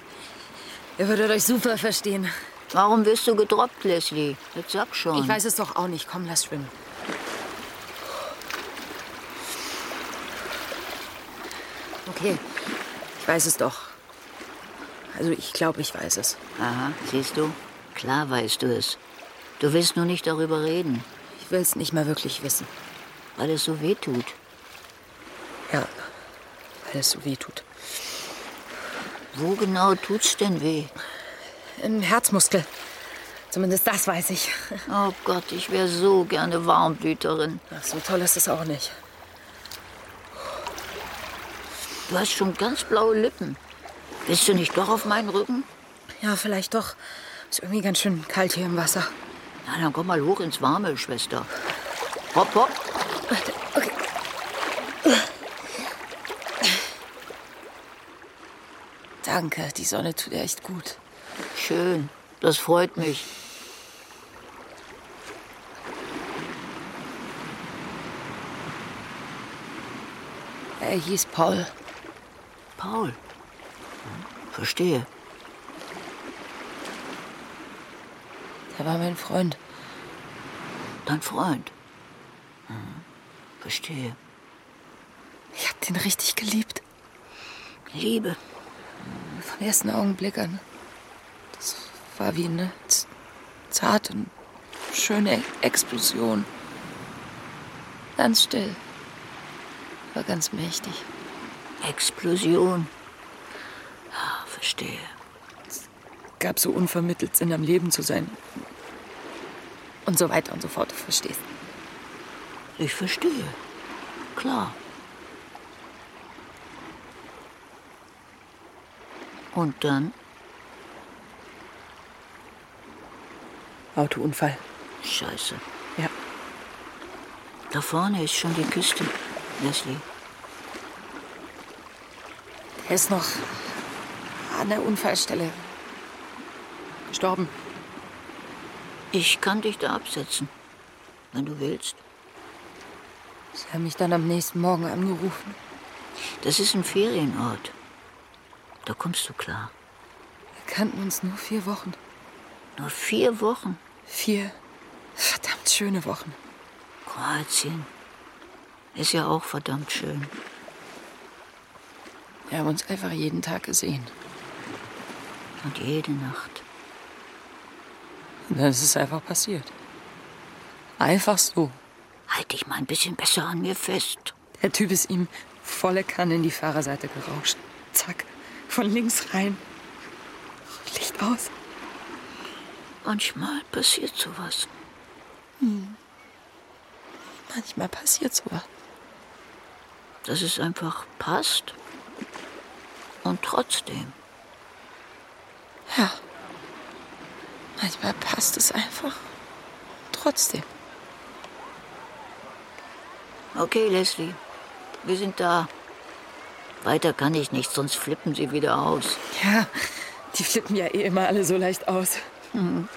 F: Ihr würdet euch super verstehen.
C: Warum wirst du gedroppt, Leslie? Jetzt sag schon.
F: Ich weiß es doch auch nicht. Komm, lass schwimmen. Okay, ich weiß es doch. Also ich glaube, ich weiß es.
C: Aha, siehst du? Klar weißt du es. Du willst nur nicht darüber reden,
F: Ich will es nicht mal wirklich wissen.
C: weil es so weh tut.
F: Ja, weil es so weh tut.
C: Wo genau tut's denn weh?
F: Im Herzmuskel. Zumindest das weiß ich.
C: Oh Gott, ich wäre so gerne Warmblüterin.
F: Ach, so toll ist es auch nicht.
C: Du hast schon ganz blaue Lippen. Bist du nicht doch auf meinen Rücken?
F: Ja, vielleicht doch. Ist irgendwie ganz schön kalt hier im Wasser.
C: Na, dann komm mal hoch ins Warme, Schwester. Hopp, hopp.
F: Danke, die Sonne tut dir echt gut.
C: Schön, das freut mich.
F: Er hieß Paul.
C: Paul, Verstehe.
F: Da war mein Freund.
C: Dein Freund? Hm, Verstehe.
F: Ich hab den richtig geliebt.
C: Liebe.
F: Vom ersten Augenblick an. Das war wie eine z- zarte, schöne Explosion. Ganz still. War ganz mächtig.
C: Explosion. Ah, verstehe.
F: Gab so unvermittelt Sinn am Leben zu sein. Und so weiter und so fort, du verstehst.
C: Ich verstehe. Klar. Und dann?
F: Autounfall.
C: Scheiße.
F: Ja.
C: Da vorne ist schon die Küste, Leslie.
F: Er ist noch an der Unfallstelle gestorben.
C: Ich kann dich da absetzen, wenn du willst.
F: Sie haben mich dann am nächsten Morgen angerufen.
C: Das ist ein Ferienort. Da kommst du klar.
F: Wir kannten uns nur vier Wochen.
C: Nur vier Wochen.
F: Vier verdammt schöne Wochen.
C: Kroatien ist ja auch verdammt schön.
F: Wir haben uns einfach jeden Tag gesehen.
C: Und jede Nacht.
F: Und dann ist es einfach passiert. Einfach so.
C: Halt dich mal ein bisschen besser an mir fest.
F: Der Typ ist ihm volle Kanne in die Fahrerseite gerauscht. Zack, von links rein. Licht aus.
C: Manchmal passiert sowas.
F: Hm. Manchmal passiert sowas.
C: Dass es einfach passt. Und trotzdem.
F: Ja. Manchmal passt es einfach. Trotzdem.
C: Okay, Leslie. Wir sind da. Weiter kann ich nicht, sonst flippen sie wieder aus.
F: Ja, die flippen ja eh immer alle so leicht aus.
C: Hm.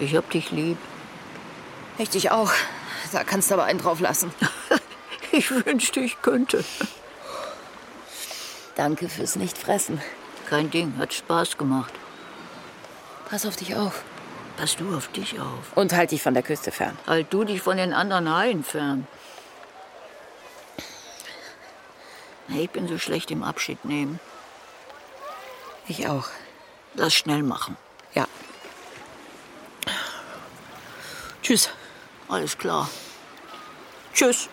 C: Ich hab dich lieb.
F: Ich dich auch. Da kannst du aber einen drauf lassen.
C: <laughs> Ich wünschte, ich könnte.
F: Danke fürs Nichtfressen.
C: Kein Ding, hat Spaß gemacht.
F: Pass auf dich auf.
C: Pass du auf dich auf.
F: Und halt dich von der Küste fern.
C: Halt du dich von den anderen Haien fern. Ich bin so schlecht im Abschied nehmen.
F: Ich auch.
C: Das schnell machen.
F: Ja. Tschüss.
C: Alles klar. Tschüss.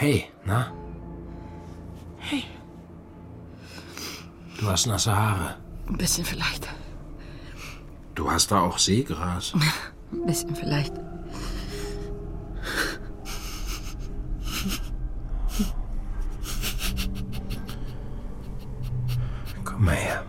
I: Hey, na?
F: Hey,
I: Du hast nasse Haare.
F: ein bisschen vielleicht.
I: Du hast da auch Seegras.
F: Ein bisschen vielleicht.
I: Komm mal her.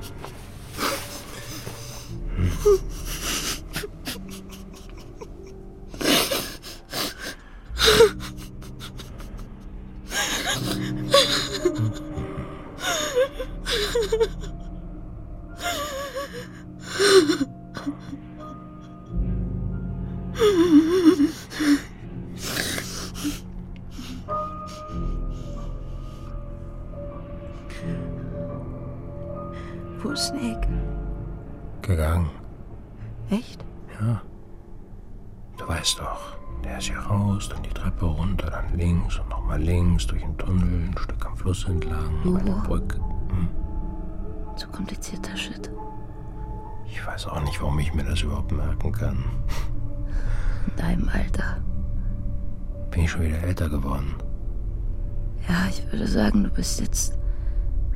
K: Wo ist Nick?
I: Gegangen.
K: Echt?
I: Ja. Du weißt doch, der ist hier raus, dann die Treppe runter, dann links und nochmal links, durch den Tunnel, ein Stück am Fluss entlang, bei der Brücke. Hm?
K: Zu komplizierter Shit.
I: Ich weiß auch nicht, warum ich mir das überhaupt merken kann.
K: In deinem Alter.
I: Bin ich schon wieder älter geworden.
K: Ja, ich würde sagen, du bist jetzt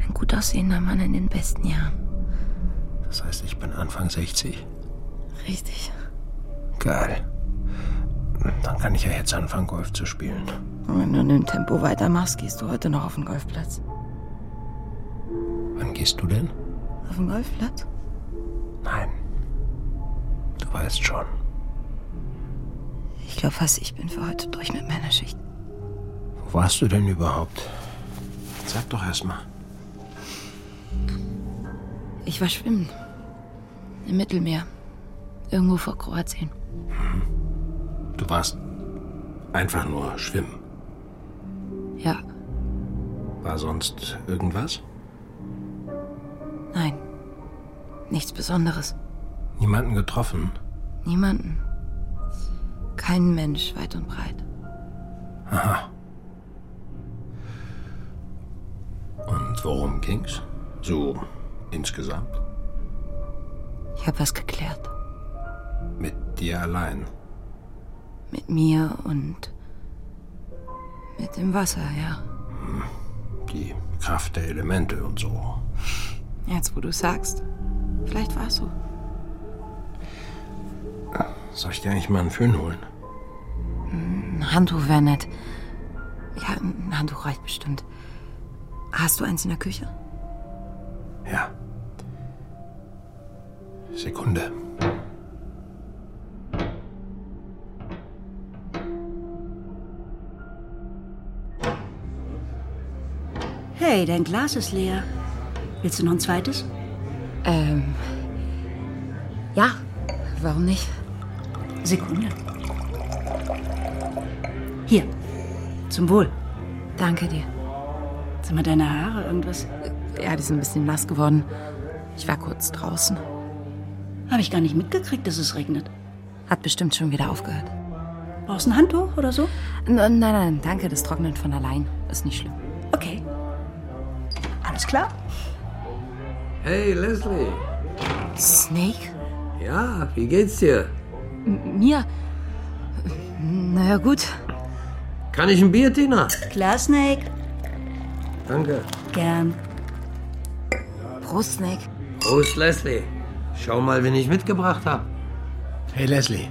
K: ein gut aussehender Mann in den besten Jahren.
I: Das heißt, ich bin Anfang 60.
L: Richtig.
I: Geil. Dann kann ich ja jetzt anfangen, Golf zu spielen.
L: Und wenn du in dem Tempo weitermachst, gehst du heute noch auf den Golfplatz.
I: Wann gehst du denn?
L: Auf den Golfplatz?
I: Nein. Du weißt schon.
L: Ich glaube fast, ich bin für heute durch mit meiner Schicht.
I: Wo warst du denn überhaupt? Sag doch erst mal.
L: Ich war schwimmen. Im Mittelmeer. Irgendwo vor Kroatien.
I: Du warst einfach nur schwimmen.
L: Ja,
I: War sonst irgendwas?
F: Nein. Nichts Besonderes.
I: Niemanden getroffen?
F: Niemanden. Kein Mensch weit und breit.
I: Aha. Und worum ging's? So insgesamt?
F: Ich habe was geklärt.
I: Mit dir allein.
F: Mit mir und mit dem Wasser, ja.
I: Die Kraft der Elemente und so.
F: Jetzt, wo du sagst. Vielleicht war es so.
I: Soll ich dir eigentlich mal einen Föhn holen?
F: Ein Handtuch wäre nett. Ja, ein Handtuch reicht bestimmt. Hast du eins in der Küche?
I: Ja. Sekunde.
K: Hey, dein Glas ist leer. Willst du noch ein zweites?
L: Ähm. Ja, warum nicht?
K: Sekunde. Hier. Zum Wohl.
F: Danke dir.
K: Sind mal, deine Haare irgendwas?
F: Ja, die sind ein bisschen nass geworden. Ich war kurz draußen.
K: Habe ich gar nicht mitgekriegt, dass es regnet.
F: Hat bestimmt schon wieder aufgehört.
K: Brauchst du ein Handtuch oder so?
F: N nein, nein, danke, das trocknet von allein. Ist nicht schlimm.
K: Okay. Alles klar?
J: Hey, Leslie.
F: Snake?
J: Ja, wie geht's dir?
F: M mir? Na ja, gut.
J: Kann ich ein Bier, Tina?
K: Klar, Snake.
J: Danke.
K: Gern.
F: Prost, Snake.
J: Prost, Leslie. Schau mal, wen ich mitgebracht habe.
I: Hey, Leslie.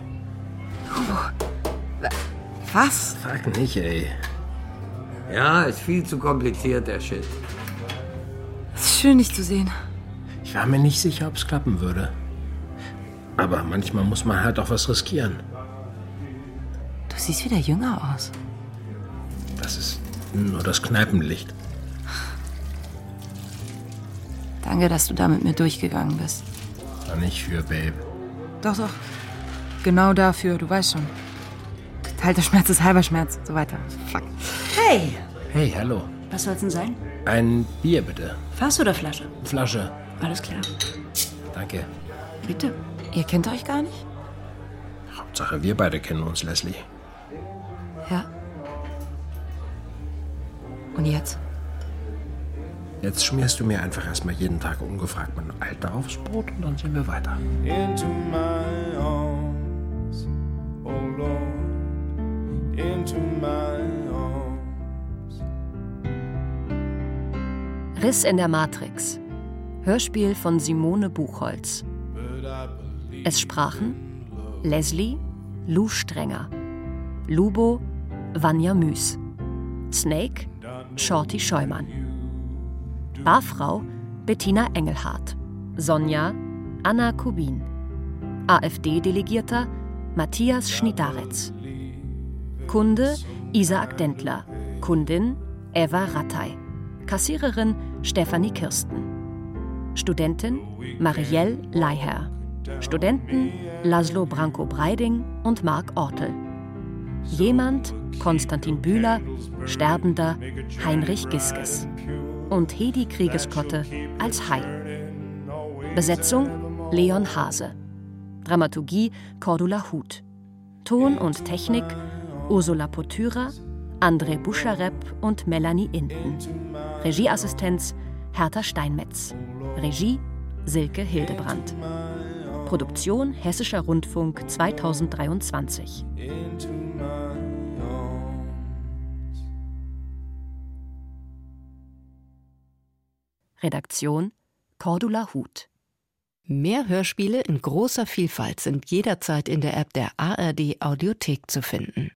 F: Was?
J: Frag nicht, ey. Ja, ist viel zu kompliziert, der Shit.
F: Ist schön, dich zu sehen.
I: Ich war mir nicht sicher, ob es klappen würde. Aber manchmal muss man halt auch was riskieren.
F: Du siehst wieder jünger aus.
I: Das ist nur das Kneipenlicht.
F: Danke, dass du da mit mir durchgegangen bist.
I: War nicht für Babe.
F: Doch, doch. Genau dafür, du weißt schon. Geteilter Schmerz ist halber Schmerz, so weiter. Fuck.
K: Hey,
I: Hey, hallo.
K: was soll's denn sein?
I: Ein Bier bitte.
K: Fass oder Flasche?
I: Flasche.
K: Alles klar.
I: Danke.
K: Bitte.
F: Ihr kennt euch gar nicht?
I: Hauptsache, wir beide kennen uns, Leslie.
F: Ja. Und jetzt?
I: Jetzt schmierst du mir einfach erstmal jeden Tag ungefragt mein Alter aufs Brot und dann sehen wir weiter.
S: into my arms, oh Lord, into my arms.
D: Riss in der Matrix. Hörspiel von Simone Buchholz. Es sprachen Leslie, Lou Strenger, Lubo, Vanja Müß, Snake, Shorty Scheumann, Barfrau, Bettina Engelhardt, Sonja, Anna Kubin, AfD-Delegierter, Matthias Schnidaretz, Kunde, Isaac Dentler, Kundin, Eva Rattay, Kassiererin, Stefanie Kirsten, Studentin, Marielle Leiher. Studenten Laszlo Branko Breiding und Marc Ortel. Jemand Konstantin Bühler, Sterbender Heinrich Giskes. Und Hedi Kriegeskotte als Hai. Besetzung Leon Hase. Dramaturgie Cordula Huth. Ton und Technik Ursula Potyra, André Buscharep und Melanie Inden. Regieassistenz Hertha Steinmetz. Regie Silke Hildebrandt. Produktion Hessischer Rundfunk 2023.
S: into my arms.
D: Redaktion Cordula Huth. Mehr Hörspiele in großer Vielfalt sind jederzeit in der App der ARD Audiothek zu finden.